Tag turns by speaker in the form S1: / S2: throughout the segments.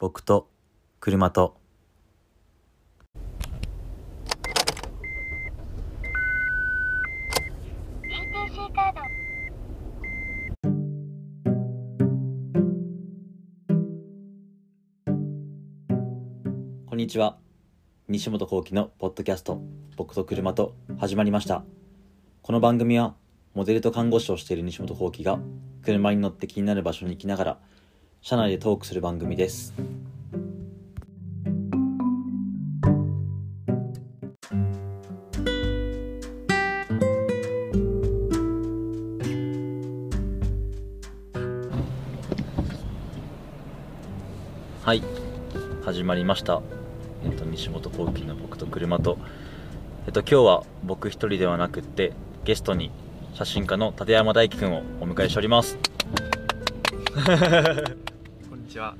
S1: 僕と車と
S2: カード
S1: こんにちは西本幸喜のポッドキャスト「僕と車と」始まりましたこの番組はモデルと看護師をしている西本幸喜が車に乗って気になる場所に行きながら車内でトークする番組ですはい始まりました、えっと、西本幸喜の僕と車と、えっと、今日は僕一人ではなくってゲストに写真家の立山大輝くんをお迎えしております
S3: こんにちは。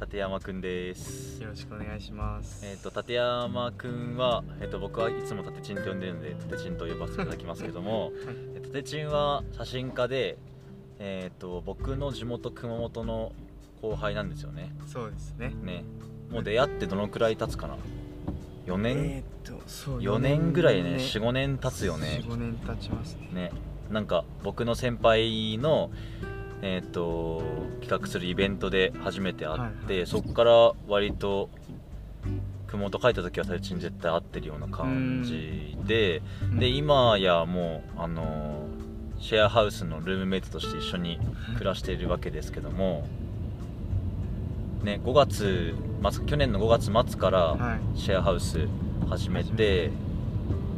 S1: 立山くんです
S3: よろしくお願いします。
S1: えっと立山くんは、えっと、僕はいつも立ちんと呼んでるので立ちんと呼ばせていただきますけども
S3: はい
S1: え立ちんは写真家で、えっと僕の地元熊本の後輩なんですよね
S3: そうですね。
S1: ねもう出会ってどのくらい経つかな4年
S3: えーっと、そう
S1: 4年ぐらいね45年経つよね
S3: 4、5年経ちますね。
S1: ねなんか僕の先輩のえっ、と企画するイベントで初めて会って、
S3: はいは
S1: そこから割と熊本帰った時は最初に絶対会ってるような感じでで
S3: うん
S1: 今やもうあのシェアハウスのルームメイトとして一緒に暮らしているわけですけども、ね、5月末去年の5月末から、
S3: はい。
S1: シェアハウス始め
S3: 始めて
S1: て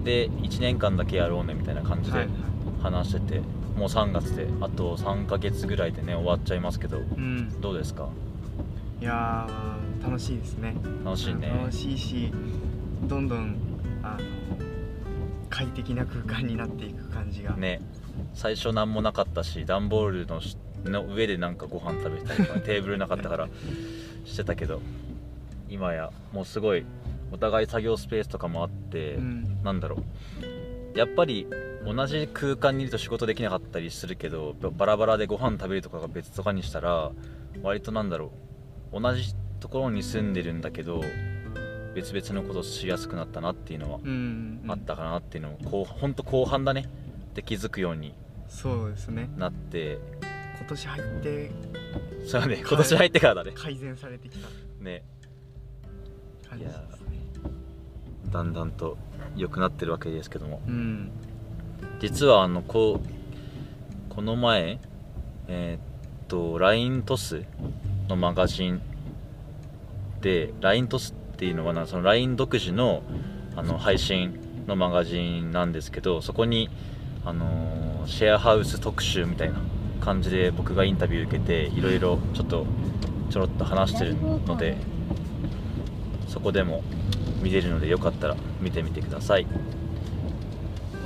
S1: で1年間だけやろうねみたいな感じ
S3: はいは
S1: で
S3: い。
S1: 話してて、もう3月であと3ヶ月ぐらいでね終わっちゃいますけど
S3: うん。
S1: どうですか
S3: いやー、楽しいですね。
S1: 楽しいね
S3: 楽しいし、どんどんあの快適な空間になっていく感じが。
S1: ね最初何もなかったし段ボールのしの上でなんかご飯食べたり とかテーブルなかったからしてたけど今やもうすごいお互い作業スペースとかもあって、
S3: うん。
S1: なんだろうやっぱり同じ空間にいると仕事できなかったりするけどバラバラでご飯食べるとかが別とかにしたら割となんだろう同じところに住んでるんだけど別々のことしやすくなったなっていうのは
S3: うん。
S1: あったかなっていうのをこうほんと後半だねって気づくように
S3: そうですね。
S1: なって
S3: 今年入って
S1: そうね
S3: い
S1: 今年入ってからだね
S3: 改善されてきた
S1: ね
S3: 感じですね。
S1: だんだんと良くなってるわけですけども
S3: うん。
S1: 実はあのこうこの前えーっと LINE トスのマガジンで LINE トスっていうのはなその LINE 独自のあの配信のマガジンなんですけどそこに、あのーシェアハウス特集みたいな感じで僕がインタビュー受けていろいろちょっとちょろっと話してるのでそこでも見れるのでよかったら見てみてください。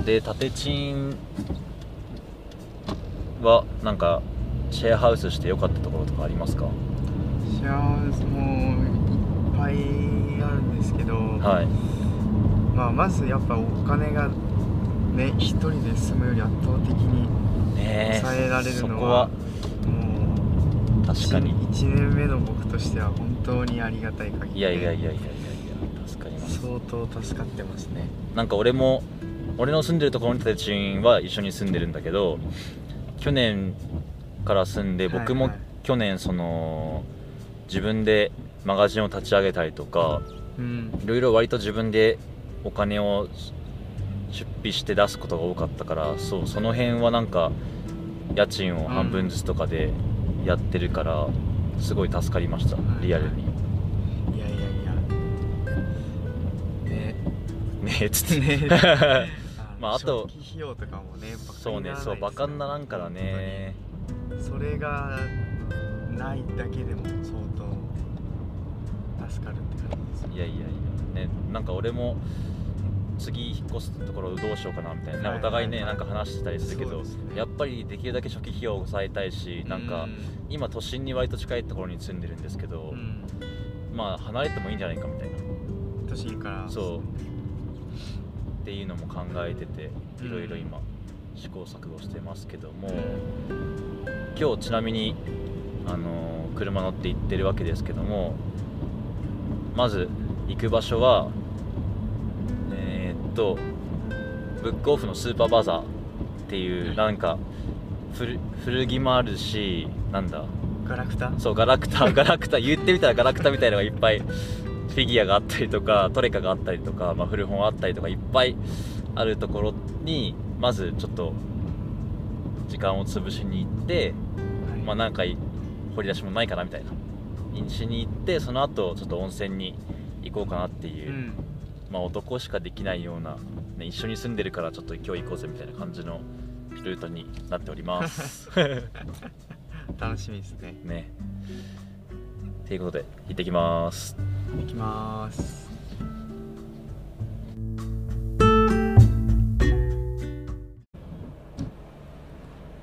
S1: で縦チンはなんかシェアハウスして良かったところとかありますか
S3: 幸せもいっぱいあるんですけど、
S1: はい
S3: まあ、まずやっぱお金がね一人で住むより圧倒的に
S1: ねえ
S3: 抑えられる
S1: そ
S3: の
S1: こ
S3: は
S1: は
S3: もう
S1: 確かに
S3: 1, 年目の僕としては本当にありがたい限りで
S1: いやいやいやいやいやいや助かります
S3: 相当助かってますね
S1: なんか俺も俺の住んでるところに縦チンは一緒に住んでるんだけど去年から住んで
S3: はいはい
S1: 僕も去年その自分でマガジンを立ち上げたりとか
S3: うん
S1: いろいろ割と自分でお金を出費して出すことが多かったからそうその辺はなんか家賃を半分ずつとかでやってるからすごい助かりました
S3: はいはい
S1: リアル に
S3: いやいやいやね
S1: ねえつって
S3: ね
S1: まああと
S3: 初期費用とかもねバカ
S1: そう
S3: に
S1: ね
S3: ならないです
S1: そうバカにならんからね
S3: それがないだけでも相当助かるって感じです
S1: いやいやいやねなんか俺も次引っ越すところどうしようかなみたいな、ね
S3: はいはいはい
S1: お互いねなんか話してたりするけ
S3: そう
S1: ど、
S3: ですね
S1: やっぱりできるだけ初期費用を抑えたいしなんか今都心に割と近いところに住んでるんですけど、
S3: うん、
S1: まあ離れてもいいんじゃないかみたいな
S3: うん、都心から
S1: そうっていうのも考えてていろいろ今試行錯誤してますけども、今日ちなみにあの車乗って行ってるわけですけどもまず行く場所はえーっとブックオフのスーパーバザーっていうなんか古古着もあるしなんだ
S3: ガラクタ
S1: そうガラクタ ガラクタ言ってみたらガラクタみたいのがいっぱいフィギュアがあったりとかトレカがあったりとか、まあ、古本あったりとかいっぱいあるところにまずちょっと時間を潰しに行って
S3: はい
S1: まあ何回掘り出しもないかなみたいなしに行ってその後ちょっと温泉に行こうかなっていうう、
S3: ん
S1: まあ、男しかできないような、ね、一緒に住んでるからちょっと今日行こうぜみたいな感じのルートになっており ます。
S3: 楽しみですね
S1: ね。ということで行ってきます。
S3: 行きまーす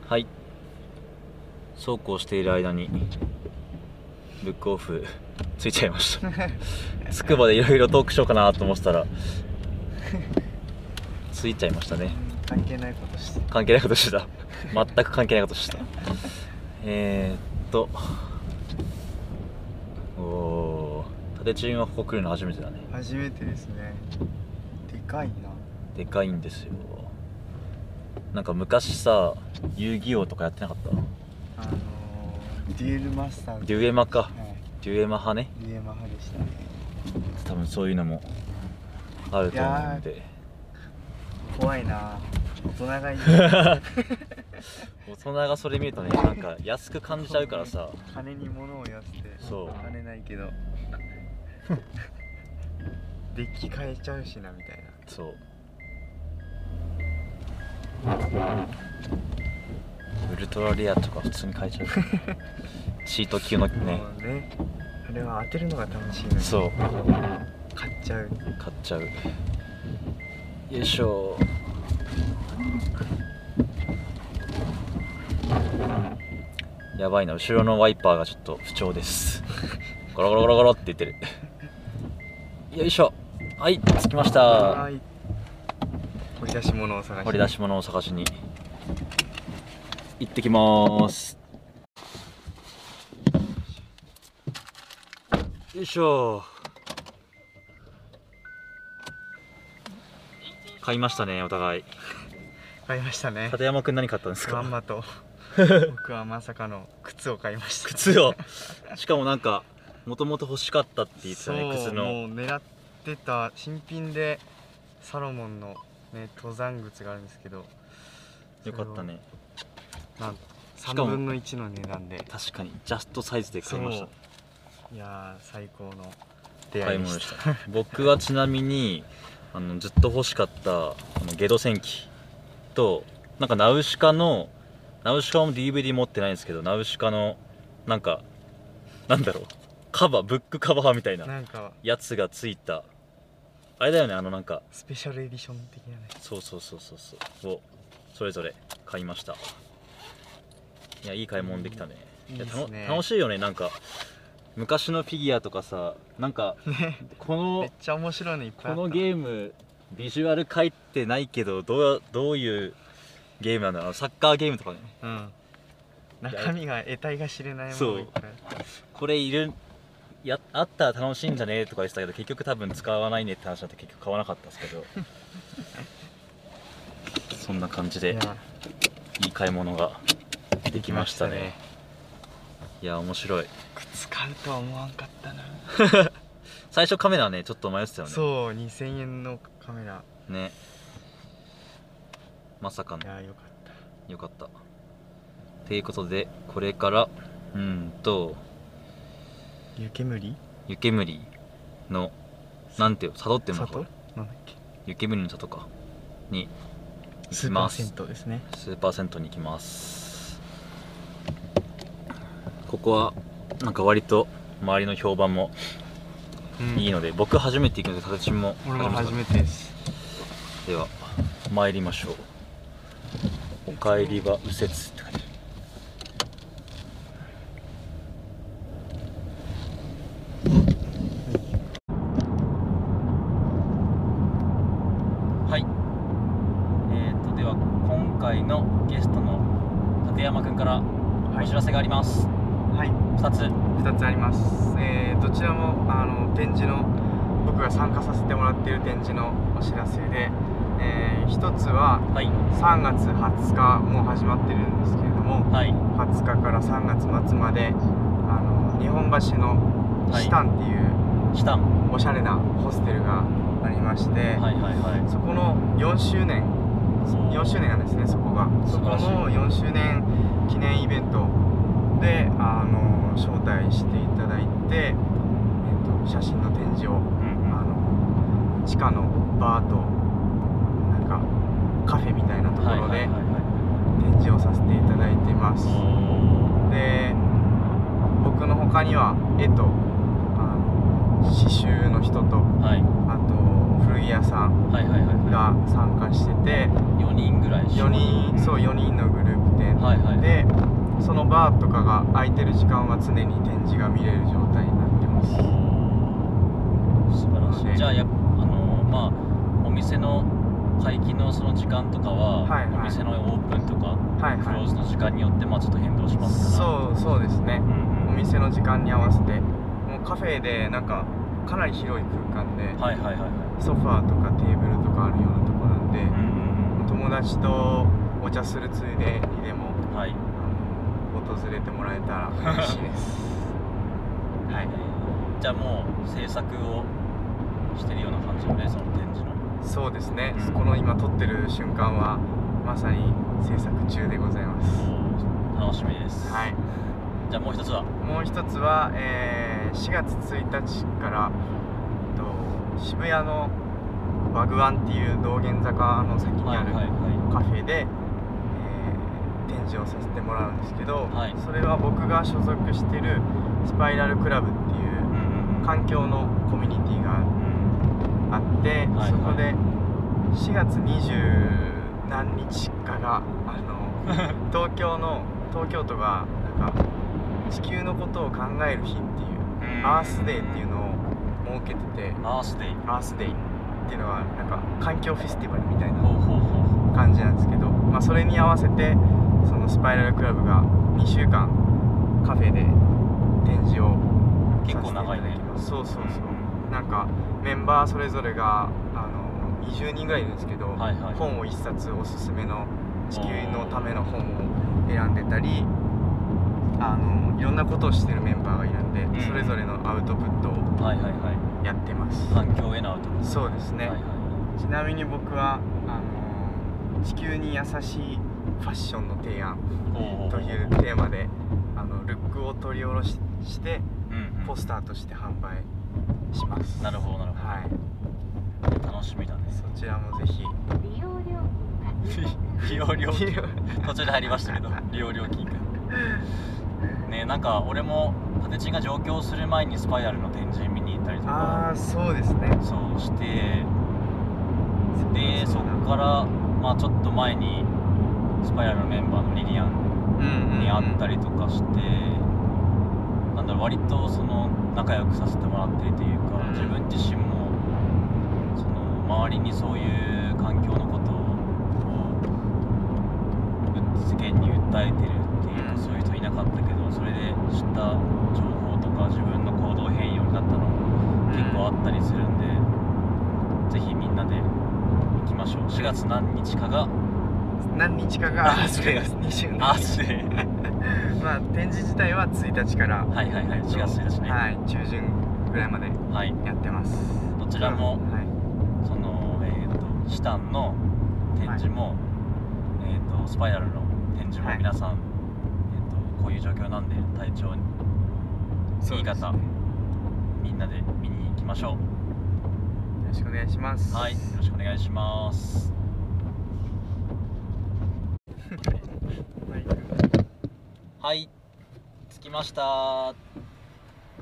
S1: はいそうこうしている間にブックオフついちゃいま したつくばでいろいろトークしようかなと思ってたらついちゃいましたね
S3: 関係ないことして
S1: 関係ないことしてた全く関係ないことしてたえー、っとおおー縦チームはここ来るの初めてだね
S3: 初めてですねでかいな
S1: でかいんですよなんか昔さ遊戯王とかやってなかった
S3: あのー、デュエルマスターズ
S1: デュエマか
S3: は
S1: デュエマ派ね
S3: いデュエマ派でしたね
S1: 多分そういうのもあると思うんで
S3: 怖いな大人がいい
S1: 大人がそれ見るとねなんか安く感じちゃうからさ
S3: 金に物をやって
S1: そう
S3: 金ないけど デッキ変えちゃうしなみたいな
S1: そうウルトラレアとか普通に買えちゃうからねチート級のね
S3: もうねあれは当てるのが楽しいのに
S1: そう
S3: 買っちゃう
S1: 買っちゃうよいしょやばいな後ろのワイパーがちょっと不調ですゴロゴロゴロゴロって言ってるよいしょはい着きました
S3: はい掘り出し物を探して
S1: 掘り出し物を探しに行ってきますよいしょ買いましたねお互い
S3: 買いましたね
S1: 立山くん何買ったんです
S3: ま
S1: か
S3: ん まと僕はまさかの靴を買いました
S1: 靴をしかもなんかもともと欲しかったって言ってたね
S3: そ
S1: 靴
S3: う
S1: の
S3: もう狙ってた新品でサロモンの、ね、登山靴があるんですけど
S1: よかったね
S3: なん
S1: し
S3: 3
S1: かも
S3: 分の1の値段で
S1: 確かにジャストサイズで買いました
S3: そういやー最高の出
S1: 買
S3: 会
S1: い
S3: いで
S1: 物
S3: し
S1: で
S3: た
S1: した僕はちなみにあのずっと欲しかったあのゲド戦記となんかナウシカのナウシカも DVD 持ってないんですけどナウシカのなんかなんだろうカバーブックカバーみたいな
S3: なんか
S1: やつがついたあれだよねあのなんか
S3: スペシャルエディション的なね
S1: そうそうそうそうそうをそれぞれ買いましたいやいい買い物できたね
S3: いい
S1: や
S3: で
S1: た
S3: す
S1: の
S3: ね
S1: 楽しいよねなんか昔のフィギュアとかさなん かこの
S3: めっちゃ面白いのいっぱ
S1: こ
S3: いあった
S1: のゲームビジュアル書いてないけどどうどういうゲームなんだろうサッカーゲームとかね
S3: うん中身が得体が知れないものがいっぱいあった
S1: これいるやあったら楽しいんじゃねとか言ってたけど結局多分使わないねって話になって結局買わなかったんですけど そんな感じ
S3: い
S1: で
S3: や
S1: いい買い物ができましたねいや面白い
S3: 靴買うとは思わんかったな
S1: 最初カメラねちょっと迷ってたよね
S3: そう2000円のカメラ
S1: ねまさかの
S3: いやーよかった
S1: よかった。ということで、これから、うーんと、
S3: 湯煙
S1: 湯煙の、なんていう、辿ってもらう
S3: 里なんだっけ
S1: 湯煙の里か。に、行
S3: ス
S1: き
S3: ーパ
S1: ま
S3: ー
S1: す
S3: 銭。湯ですね
S1: スーパー銭湯に行きます。ここは、なんか割と、周りの評判もいいので、僕初めて行くので、形も
S3: 俺も初
S1: て
S3: めてです
S1: では、参りましょう。お帰りは右折って書いてあるはい。えー、とでは今回のゲストの立山くんからお知らせがあります。
S3: はい
S1: 2つ。
S3: つあります、えーどちらもあの展示の僕が参加させてもらっている展示のお知らせで、えー一つは
S1: はい
S3: 3月20日もう始まってるんですけれども
S1: はい
S3: 20日から3月末まであの日本橋の
S1: はい
S3: シタンっていう
S1: したん
S3: おしゃれなホステルがありまして、
S1: はいはいはい
S3: そこの4周年4周年なんですねそこが
S1: 素
S3: そ
S1: 晴
S3: こ
S1: らしい
S3: の4周年記念イベントであの招待していただいて、えっと写真の展示をあ
S1: うん
S3: の地下のバーとなんかカフェみたいなところで展示をさせていただいてます、で僕の他には絵とあの刺繍の人と
S1: はい
S3: あと古着屋さん
S1: はいはいはいはい
S3: が参加してて
S1: 4人ぐらい
S3: 4人そう4人のグループ展
S1: はいはい
S3: でそのバーとかが空いてる時間は常に展示が見れる状態になってます
S1: 素晴らしいじゃあやっぱあのまあお店の解禁のその時間とかは、
S3: はいはい
S1: お店のオープンとか
S3: はい
S1: クロ
S3: は
S1: ーズの時間によってまあちょっと変動し
S3: い
S1: ますから
S3: そうそうですね
S1: う、んうん、
S3: お店の時間に合わせてもうカフェでなんかかなり広い空間で
S1: はいはいはいはい
S3: ソファーとかテーブルとかあるようなとこなんで
S1: うんうん
S3: 友達とお茶するついでにでも
S1: うんはい
S3: あの訪れてもらえたら嬉しいですはい
S1: じゃあもう制作をしてるような感じのねその展示の
S3: そうですね、
S1: うん
S3: この今撮ってる瞬間はまさに制作中でございます
S1: 楽しみです、
S3: はい
S1: じゃあもう一つは
S3: もう一つは、えー4月1日から、えっと、渋谷のバグワンっていう道玄坂の先に
S1: はい
S3: あ
S1: は
S3: る
S1: いは
S3: カフェで、えー展示をさせてもらうんですけど、
S1: はい
S3: それは僕が所属してるスパイラルクラブっ
S1: い
S3: てい
S1: う
S3: う
S1: んうん
S3: 環境のコミュニティが
S1: うん
S3: あって、
S1: はい
S3: そこで4月20何日かがあ の東京の東京都がなんか地球のことを考える日っていうアースデーっていうのを設けてて
S1: アースデイ
S3: アースデーっていうのはなんか環境フェスティバルみたい
S1: ほう
S3: な
S1: ほうほう
S3: 感じなんですけど、まあ、それに合わせてそのスパイラルクラブが2週間カフェで展示を
S1: 結構長い
S3: させてただ
S1: ね
S3: きますそうそうそう、
S1: ん
S3: なんかメンバーそれぞれがあの20人ぐらいいるんですけど、
S1: はいはい
S3: 本を1冊おすすめの地球のための本を選んでたりあのいろんなことをしてるメンバーがいるんで、
S1: ん
S3: それぞれのアウトプットを
S1: はいはいはい
S3: やってます、
S1: 環境へのアウトプッ
S3: そうです
S1: ト
S3: ね、
S1: はいは
S3: ちなみに僕はあの地球に優しいファッションの提
S1: い
S3: 案
S1: ほう
S3: というテーマであのルックを取り下ろしして
S1: うんうん
S3: ポスターとして販売します
S1: なるほどなるほど
S3: はい
S1: 楽しみだね
S3: そちらもぜひ
S2: 利用料金は未 定
S1: 利用 料金途中で入りましたけど利用料金がねなんか俺も立ちが上京する前にスパイラルの展示見に行ったりと
S3: あ
S1: か
S3: あそうですね
S1: そうして
S3: うだ
S1: でそう
S3: だ
S1: こからまあちょっと前にスパイラルのメンバーのリリアン
S3: うんうん
S1: に会ったりとかして、なんだろう割とその仲良くさせてもらってるというか、
S3: うん
S1: 自分自身もその周りにそういう環境のことをう世間に訴えてるっていうか、
S3: うん
S1: そういう人いなかったけどそれで知った情報とか自分の行動変容になったのも結構あったりするんで、ぜひみんなで行きましょう4月何日かが
S3: 何日かが
S1: あそうです
S3: 20
S1: アースデー
S3: まあ展示自体は1日か
S1: は
S3: ら
S1: いはいはい4月1日ね
S3: はい中旬ぐらいまで
S1: はい
S3: やってます
S1: どちらも
S3: はい
S1: そのえっ、とシタンの展示も、えっ、とスパイラルの展示も
S3: はい
S1: 皆さん、えっ、とこういう状況なんで体調に
S3: そう
S1: いい
S3: ですね
S1: 方みんなで見に行きましょ
S3: よろしくお願いします
S1: うはいよろしくお願いします
S3: はい
S1: はい着きました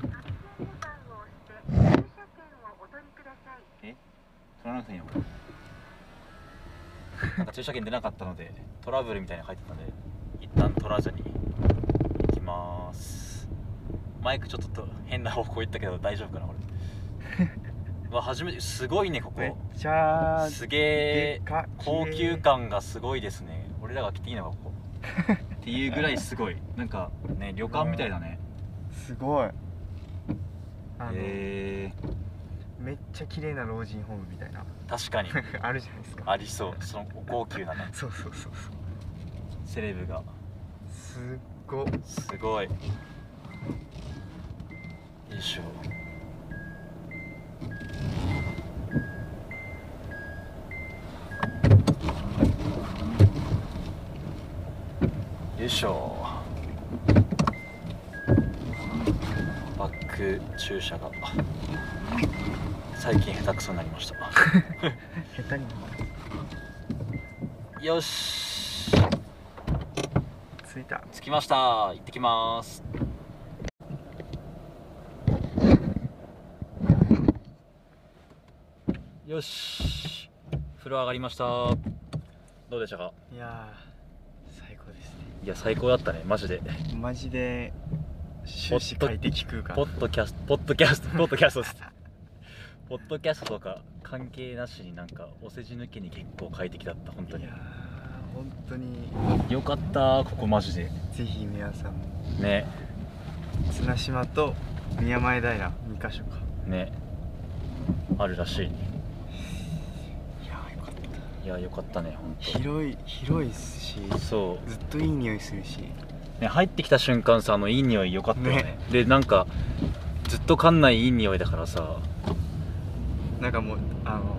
S2: 空き缶ボタンを押して駐車券をお取りください。
S1: 取らなくていいのなんか駐車券出なかったのでトラブルみたいに入ってたので一旦取らずに行きますマイクちょっとと変な方向行ったけど大丈夫かなこ れわ初めてすごいねこ
S3: めっ
S1: こ
S3: ちゃ
S1: す
S3: で
S1: げえ
S3: か
S1: 高級感がすごいですね俺らが来ていいのかここっていうぐらいすごいなんかね旅館みたいだね
S3: すごいあの、
S1: えー、
S3: めっちゃ綺麗な老人ホームみたいな
S1: 確かに
S3: あるじゃないですか
S1: ありそうその高級なね
S3: そうそうそうそう
S1: セレブが
S3: すっご
S1: すごいよいしょよいしょバック駐車が最近下手くそになりました
S3: 下手になっ
S1: よし
S3: た着いた
S1: 着きました行ってきますよし風呂上がりましたどうでしたか
S3: いやー最高ですね
S1: いや最高だったねマジで
S3: マジで終始
S1: ポッド
S3: 快適空間
S1: ポッドキャストポッドキャストポッ ドキャストですポッドキャストとか関係なしになんかお世辞抜きに結構快適だった本当
S3: い
S1: に
S3: やー本当に
S1: よかったここマジで
S3: ぜひ皆さんも
S1: ね
S3: 綱島と宮前平2か所か
S1: ねあるらしい
S3: いやーよかった
S1: いやよかったね本
S3: 広い広いっすし
S1: 当そう
S3: ずっといい匂いするし
S1: ね、入ってきた瞬間さあのいい匂い良かったよね
S3: ね
S1: でなんかずっと館内いい匂いだからさ
S3: なんかもうあの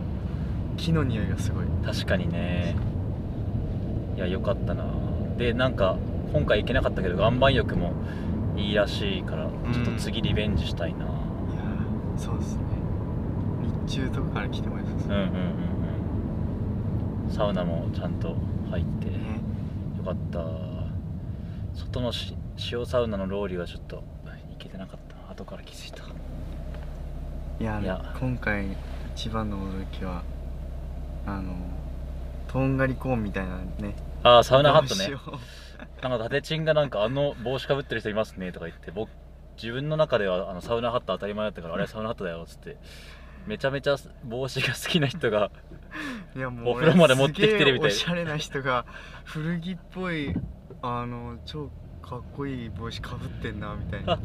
S3: 木の匂いがすごい
S1: 確かにねいや良かったなでなんか今回行けなかったけど岩盤浴もいいらしいから
S3: ん
S1: ちょっと次リベンジしたいな、
S3: いやーそうですね日中とかから来ても良さ
S1: う
S3: そ
S1: ん、
S3: う
S1: うんうんうんサウナもちゃんと入ってよ
S3: ね
S1: かった外のし塩サウナのロウリュはちょっと行けてなかったな後から気づいた
S3: いや
S1: いや
S3: 今回一番の驚きはあのとんがりコーンみたいなね
S1: ああサウナハットね
S3: 帽子を
S1: なんか伊達チンがなんかあの帽子かぶってる人いますねとか言って僕自分の中ではあのサウナハット当たり前だったからあれサウナハットだよっつってめちゃめちゃ帽子が好きな人が
S3: いやも
S1: お
S3: う
S1: 風呂まで持ってきてるみたい
S3: すげえおしゃれな人が古着っぽいあの超かっこいい帽子かぶってんなみ たいな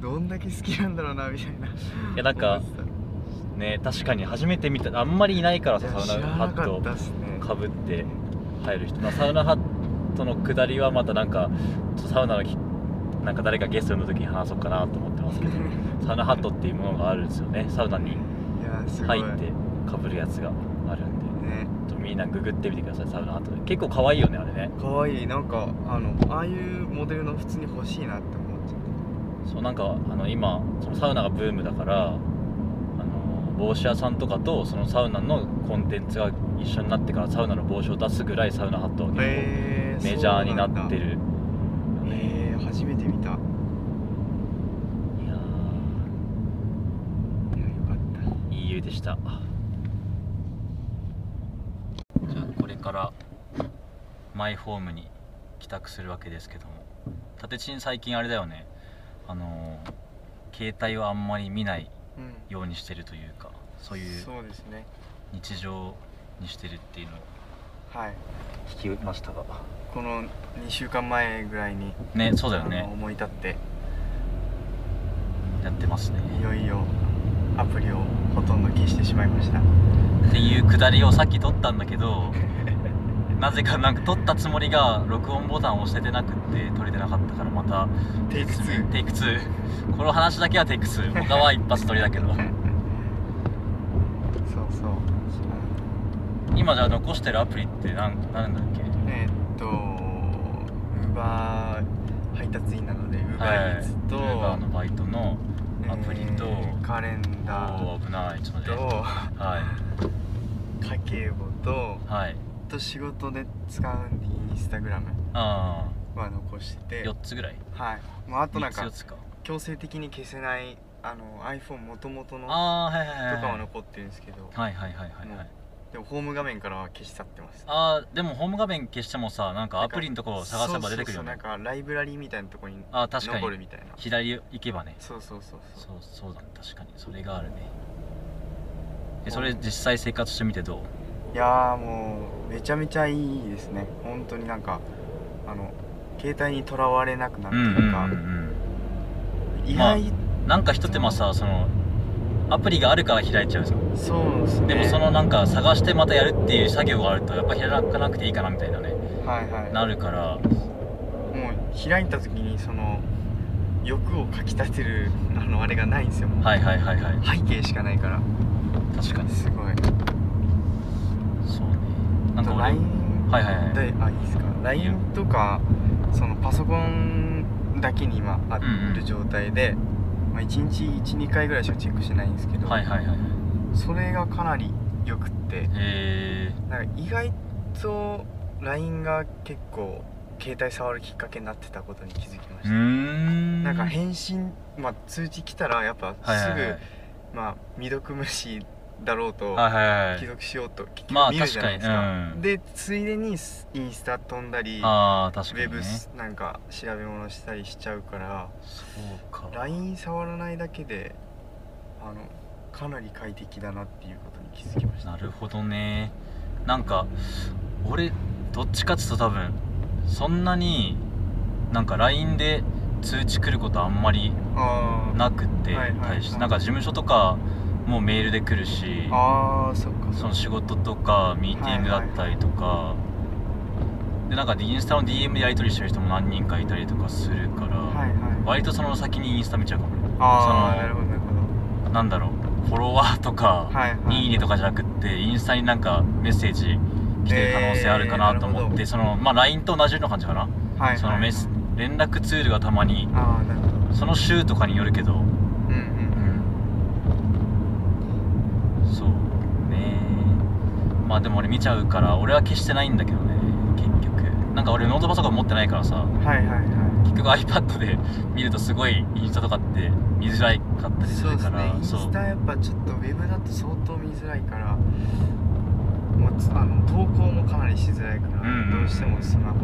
S3: どんだけ好きなんだろうなみたいない
S1: やなんか
S3: 思って
S1: ね確かに初めて見たあんまりいないから
S3: た
S1: さ
S3: いや
S1: サウ
S3: 知
S1: ナ
S3: ら
S1: ハ
S3: な
S1: ッ
S3: か
S1: ト
S3: ったっすね
S1: かぶ って入る人、まあ、サウナハットの下りはまたなんかちょっとサウナのきなんか誰かゲストの時に話そうかなと思ってますけどサウナハットっていうものがあるんですよねサウナに
S3: いやすご
S1: 入
S3: い
S1: ってかぶるやつがあるんで
S3: ね
S1: ちょっとみんなググってみてくださいサウナハットで結構可愛いよねあれね
S3: かわいいなんかあのああいうモデルの普通に欲しいなって思っちゃっ
S1: そうなんかあの今そのサウナがブームだからあの帽子屋さんとかとそのサウナのコンテンツが一緒になってからサウナの帽子を出すぐらいサウナハットは
S3: た
S1: 結
S3: へ
S1: 構メジャーになって
S3: る
S1: るよね
S3: えー、初めて見たいやよ
S1: いや
S3: かった
S1: ーいい湯でしたじゃあこれからマイホームに帰宅するわけですけども立ちん最近あれだよねあのー携帯はあんまり見ない
S3: うん
S1: ようにしてるというかそういう
S3: そうですね
S1: 日常にしてるっていうのを
S3: はい
S1: 聞きましたが
S3: この2週間前ぐらいに
S1: ねそうだよ
S3: あの
S1: ね
S3: 思い立って
S1: やってますね
S3: いよいよアプリをほとんど消してしまいました
S1: っていうくだりをさっき撮ったんだけ どなぜかなんか撮ったつもりが録音ボタンを押せてなくって撮れてなかったからまた
S3: テイク2
S1: テイク2この話だけはテイク2他は一発撮りだけ ど
S3: そうそう
S1: 今じゃあ残してるアプリってなんなんだっけ
S3: えーっとウーバー配達員なのでウーバーイーツと、
S1: ウーバーのバイトのアプリと、
S3: えーカレンダー
S1: おー危ないちょっと待って
S3: と
S1: は
S3: 家計簿と
S1: いはい
S3: あと仕事で使うんでインスタグラム
S1: あ
S3: は残して
S1: あ
S3: て
S1: 4つぐらい
S3: はいもうあとなん
S1: 3
S3: か
S1: つ4つか
S3: 強制的に消せないあの iPhone 元々の
S1: ああはいはいはい
S3: とかは残ってるんですけど
S1: はいはいはいはいはい
S3: でもホーム画面からは消し去ってます
S1: あーでもホーム画面消してもさなんかアプリのところを探せば出てくるよ
S3: そうそうそうな
S1: ね
S3: んかライブラリーみたいなとこに
S1: あー確か
S3: 残る
S1: に
S3: みたいな
S1: 左行けばね
S3: そうそうそうそう
S1: そうそうだね確かにそれがあるねでそれ実際生活してみてどう
S3: いやーもうめちゃめちゃいいですね本当になんかあの携帯にとらわれなくな
S1: うんうん
S3: るというか、
S1: うん
S3: 意
S1: まあ
S3: 外
S1: なんかひと手間さそのアプリがあるから開いちゃうじゃん
S3: そうですね
S1: でもそのなんか探してまたやるっていう作業があるとやっぱ開かなくていいかなみたいなね
S3: はいはい
S1: なるから
S3: もう開いた時にその欲をかきたてるあのあれがないんですよ
S1: はいはいはいはい
S3: 背景しかないから
S1: 確かに
S3: すごい
S1: そうねなんか
S3: と
S1: 俺
S3: LINE
S1: はいはいはい
S3: であいいですか LINE とかそのパソコンだけに今あ
S1: うんうん
S3: る状態で、まあ、1日12回ぐらいしかチェックしてないんですけど、
S1: はいはいはい
S3: それがかなりよくって
S1: え
S3: なんか意外と LINE が結構携帯触るきっかけになってたことに気づき
S1: ー、
S3: ま
S1: う
S3: し
S1: ー
S3: た、
S1: ん
S3: なんか返信、まあ、通知来たらやっぱすぐ、
S1: はいはいはい
S3: まあ、未読無視だろうと
S1: はいはいは
S3: 既
S1: い
S3: 読しようと結
S1: まあ
S3: 局見るじゃないですか,、
S1: 確かにうん
S3: でついでにインスタ飛んだり
S1: あー確
S3: ウ
S1: か
S3: ェ
S1: にね
S3: ブなんか調べ物したりしちゃうから
S1: そうか
S3: LINE 触らないだけであのかなり快適だなっていうことに気づきました
S1: なるほどねなんか俺どっちかっつうと多分そんなになんか LINE で通知来ることあんまり
S3: あー
S1: なくって、
S3: はいはいはい
S1: 大してなんか事務所とかもメールで来るし
S3: あーそっか
S1: そ
S3: そっ
S1: の
S3: か
S1: 仕事とかミーティングだったりとか、でなんかインスタの DM でやり取りしてる人も何人かいたりとかするから、
S3: はいはい
S1: 割とその先にインスタ見ちゃうかもね
S3: あ
S1: その
S3: あなるほどなるほど
S1: なんだろうフォロワーとか、
S3: はいはい
S1: いいねとかじゃなくってインスタになんかメッセージ来てる可能性あるかなと思っ
S3: えーなるほ
S1: て、
S3: ど
S1: そのまあ LINE と同じような感じかな、
S3: はいはい
S1: そのメス
S3: はい
S1: 連絡ツールがたまに
S3: ああなるほど
S1: その週とかによるけど、
S3: うん
S1: う
S3: う
S1: んん、そうねまあでも俺見ちゃうから俺は消してないんだけどね結局なんか俺ノートパソコン持ってないからさ
S3: うんはいはいは
S1: 結局 iPad で見るとすごいインスタとかって見づらいかった
S3: い
S1: りす
S3: そう
S1: る
S3: です
S1: か
S3: ね
S1: ら
S3: インスタやっぱちょっとウェブだと相当見づらいからもうつあの投稿もかなりしづらいから、
S1: うんうん
S3: どうしてもスマホ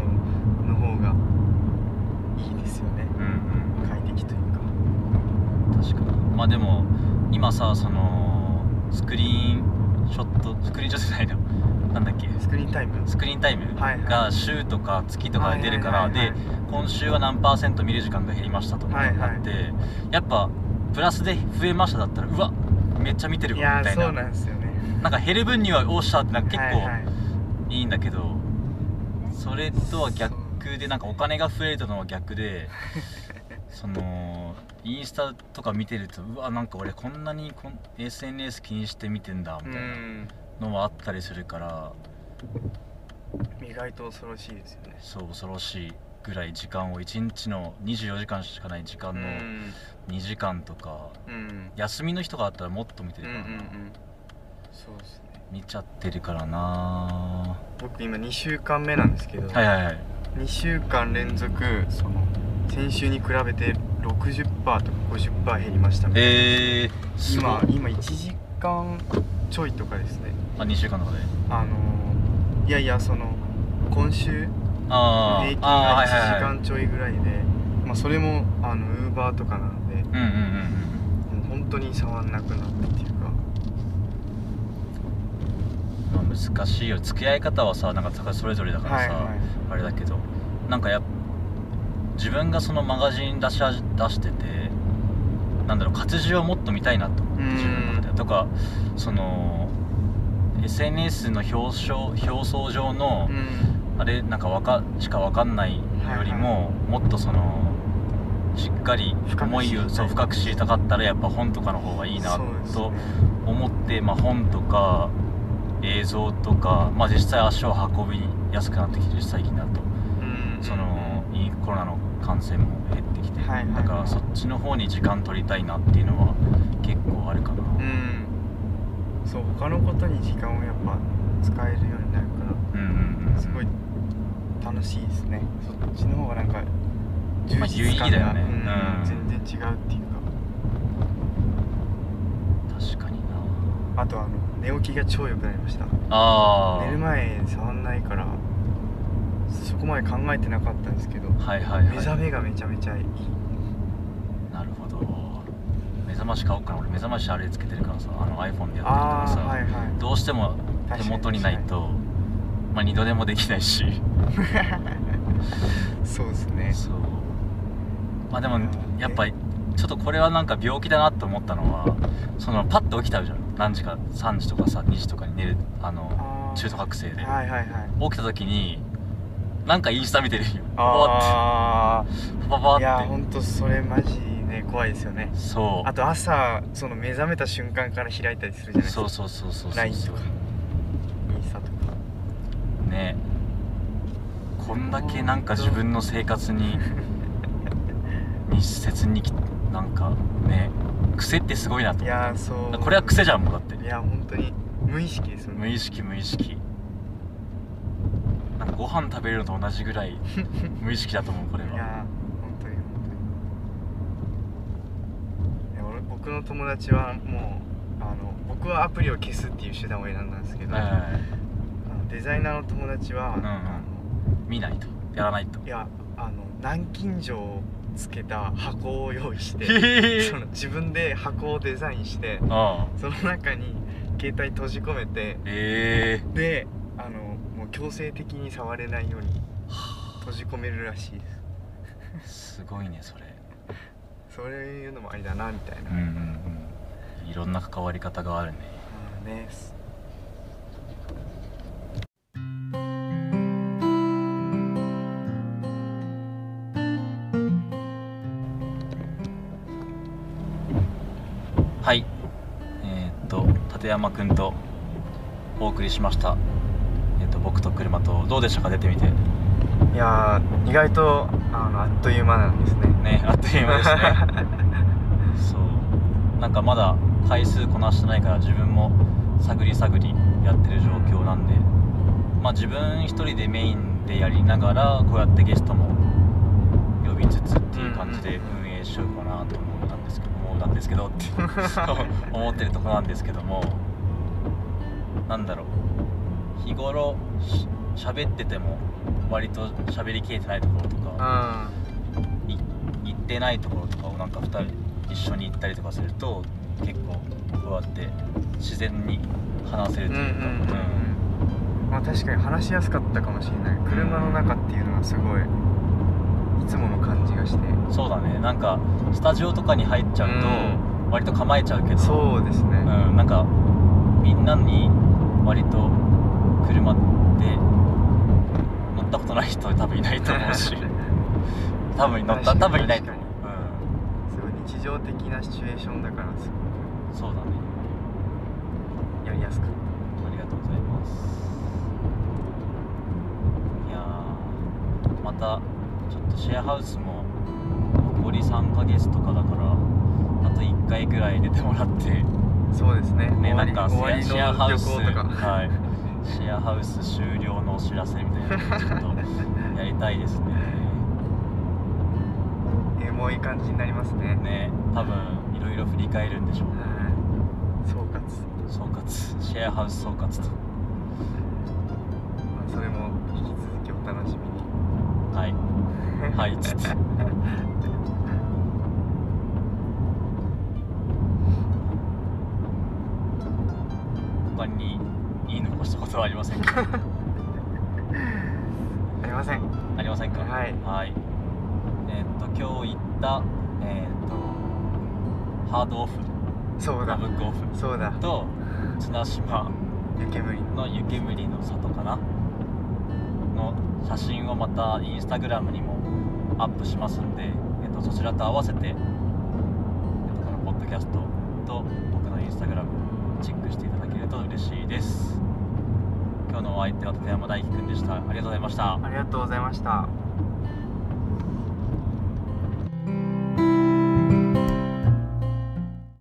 S3: の方がいいですよね
S1: うんうん
S3: 快適というか
S1: 確かにまあでも今さそのスクリーンショットスクリーンショットじゃないのなんだっけ
S3: スクリーンタイム
S1: スクリーンタイム
S3: はいはい
S1: が週とか月とかで出るから
S3: はいはいはい
S1: で
S3: はい
S1: 今週は何パーセント見る時間が減りましたとか
S3: はいはい
S1: なって、やっぱプラスで増えましただったらうわめっちゃ見てる
S3: い
S1: わ
S3: や
S1: みた
S3: ー
S1: い
S3: そ
S1: な
S3: うなんですよね
S1: なんか減る分にはおっしゃってなんか結
S3: はいはい
S1: 構いいんだけど、それとは逆でなんかお金が増えるのは逆 でそのインスタとか見てるとうわなんか俺こんなにこん SNS 気にして見てんだ
S3: う
S1: みたいなんのもあったりするから
S3: 意外と恐ろしいですよね
S1: そう恐ろしいぐらい時間を1日の24時間しかない時
S3: う
S1: 間の
S3: ん
S1: 2時間とか
S3: うん
S1: 休みの日とかあったらもっと見て
S3: うんう
S1: る
S3: んう
S1: からな、
S3: んそうですね
S1: 見ちゃってるからな
S3: 僕今2週間目なんですけど、
S1: はいはいはい
S3: 2週間連続その先週に比べて60%とか50%減りましたね
S1: えー、すごい
S3: 今今1時間ちょいとかですね
S1: あ2週間とかで
S3: あのーいやいやその今週
S1: あ
S3: 平
S1: ー
S3: 均
S1: あ
S3: が1
S1: ーはいはい
S3: 時
S1: はい
S3: 間ちょいぐらいで、まあ、それもあのウーバーとかなのでも
S1: うんうんうんうん
S3: う本当に触んなくなったっていうか
S1: まあ、難しいよ付き合い方はさなんかそれぞれだから
S3: はい
S1: さ、
S3: はい
S1: あれだけどなんかやっ自分がそのマガジン出し始出しててなんだろう活字をもっと見たいなと思って
S3: うん
S1: 自分の中でとかその SNS の表彰表層上の
S3: うん
S1: あれなんかわかしかわかんないよりも、もっとそのしっかり思いを
S3: 深く知りたい
S1: そう深く知りたかったらやっぱ本とかの方がいいな
S3: そうです
S1: と
S3: ね
S1: 思って、まあ、本とか映像とか、まあ、実際足を運びやすくなってきてるし最近だと
S3: うん
S1: そのインコロナの感染も減ってきて、
S3: はいはいはい
S1: だからそっちの方に時間取りたいなっていうのは結構あるかな
S3: う、んそう他のことに時間をやっぱ使えるようになるから
S1: うん、うんうんうん
S3: すごい楽しいですねそっちの方がなん
S1: ま
S3: か充
S1: あ
S3: 実
S1: 有意
S3: 感
S1: 義だ
S3: が、
S1: よねうん
S3: うん全然違うっていうか
S1: 確かにな
S3: あとあの寝起きが超良くなりました
S1: ああ
S3: 寝る前触んないからそこまで考えてなかったんですけど
S1: はいはい
S3: 目覚
S1: は
S3: めがめちゃめちゃいい
S1: いなるほど目覚まし買おうかな俺目覚ましあれつけてるからさあの iPhone でやってるか
S3: あ
S1: ら
S3: あ
S1: さ、
S3: はいはい
S1: どうしても手元にないと、まあ、二度でもできないし
S3: そうですね
S1: そうまあでもやっぱりちょっとこれはなんか病気だなって思ったのはそのパッと起きたじゃん何時か3時とかさ2時とかに寝るあの
S3: あー
S1: 中途覚醒で
S3: はいはいはい
S1: 起きた時になんかインスタ見てるよパ
S3: あ
S1: パパパ
S3: あいや
S1: って
S3: 本当それマジね怖いですよね
S1: そ
S3: あと朝その目覚めた瞬間から開いたりするじ
S1: う
S3: ゃないですか
S1: そうそうそうそうそ
S3: ラ
S1: う
S3: インとかインスタとか
S1: ねこんだけなんか自分の生活 に密接にきなんかね癖ってすごいなと
S3: い
S1: 思っ
S3: やーそう
S1: たこれは癖じゃんもうだって
S3: いや本当に無意識ですよね
S1: 無意識無意識なんかご飯食べるのと同じぐら い無意識だと思うこれ
S3: い
S1: は
S3: やー本当に本当にいや俺僕の友達はもうあの僕はアプリを消すっていう手段を選んだんですけど、あ
S1: はい
S3: のデザイナーの友達は、
S1: うんうん
S3: あ
S1: 見ないとやらないと
S3: のいやあの南京錠をつけた箱を用意して
S1: へえ
S3: その自分で箱をデザインして
S1: ああ
S3: その中に携帯閉じ込めて
S1: ええ
S3: であのもう強制的に触れないように閉じ込めるらしいです
S1: すごいねそれ
S3: そういうのもありだなみたいな、
S1: うんうんうんいろんな関わり方があるね
S3: あーねす
S1: はいえーっと立山くんとお送りしましたえーっと僕と車とどうでしたか出てみて
S3: いやー意外とあのあっという間なんですね
S1: ねあっという間です ね そうなんかまだ回数こなしてないから自分も探り探りやってる状況なんでまあ自分一人でメインでやりながらこうやってゲストも呼びつつっていう感じで運営しようかなと思ったんですけど思うんですけどって思ってるとこなんですけどもなんだろう日頃し喋ってても割と喋りきれてないところとか
S3: あ
S1: い行ってないところとかをなんか2人一緒に行ったりとかすると結構こうやって自然に話せ
S3: う
S1: る
S3: んう
S1: と
S3: ん
S1: いうか、
S3: うんまあ確かに話しやすかったかもしれない車の中っていうのはすごいいつもの感じがして
S1: うんそうだねなんかスタジオとかに入っちゃうと割と構えちゃうけど、
S3: そうですね、
S1: うんなんかみんなに割と車って乗ったことない人多分いないと思う し多分乗った
S3: 確か
S1: 多
S3: に
S1: 分いないと思う、
S3: すごい日常的なシチュエーションだからすご
S1: うん、そうだね
S3: いやりやすかっ
S1: ありがとうございます。いやーまたちょっとシェアハウスも残り3ヶ月とかだからあと1回ぐらい出てもらって
S3: たそうですね
S1: ね
S3: 終わ
S1: な
S3: り
S1: んかシ
S3: 終わ
S1: ェア
S3: り
S1: シェアハ
S3: の
S1: ウ
S3: 旅
S1: ス
S3: 行とか
S1: はいシェアハウス終了のお知らせみたいなのをちょっとやりたいですね。
S3: えーもういい感じになりますね
S1: ね多分いろいろ振り返るんでしょうね。
S3: はい総括、
S1: 総括シェアハウス総括と。
S3: まあ、それも引き続きお楽しみに
S1: はい。はい、つって。他に言い残したことはありません か
S3: ありません
S1: ありませんか
S3: はい
S1: えーっと今日行ったえーっとハードオフ
S3: そう
S1: ラ
S3: だ
S1: ブックオフ
S3: そうだ
S1: と綱島
S3: 湯煙
S1: の湯煙の里かなの写真をまたインスタグラムにもアップしますんで、えっと、そちらと合わせて、えっと、このポッドキャストと僕のインスタグラムチェックしていただけると嬉しいです今日のお相手は立山大輝くんでしたありがとうございました
S3: ありがとうございました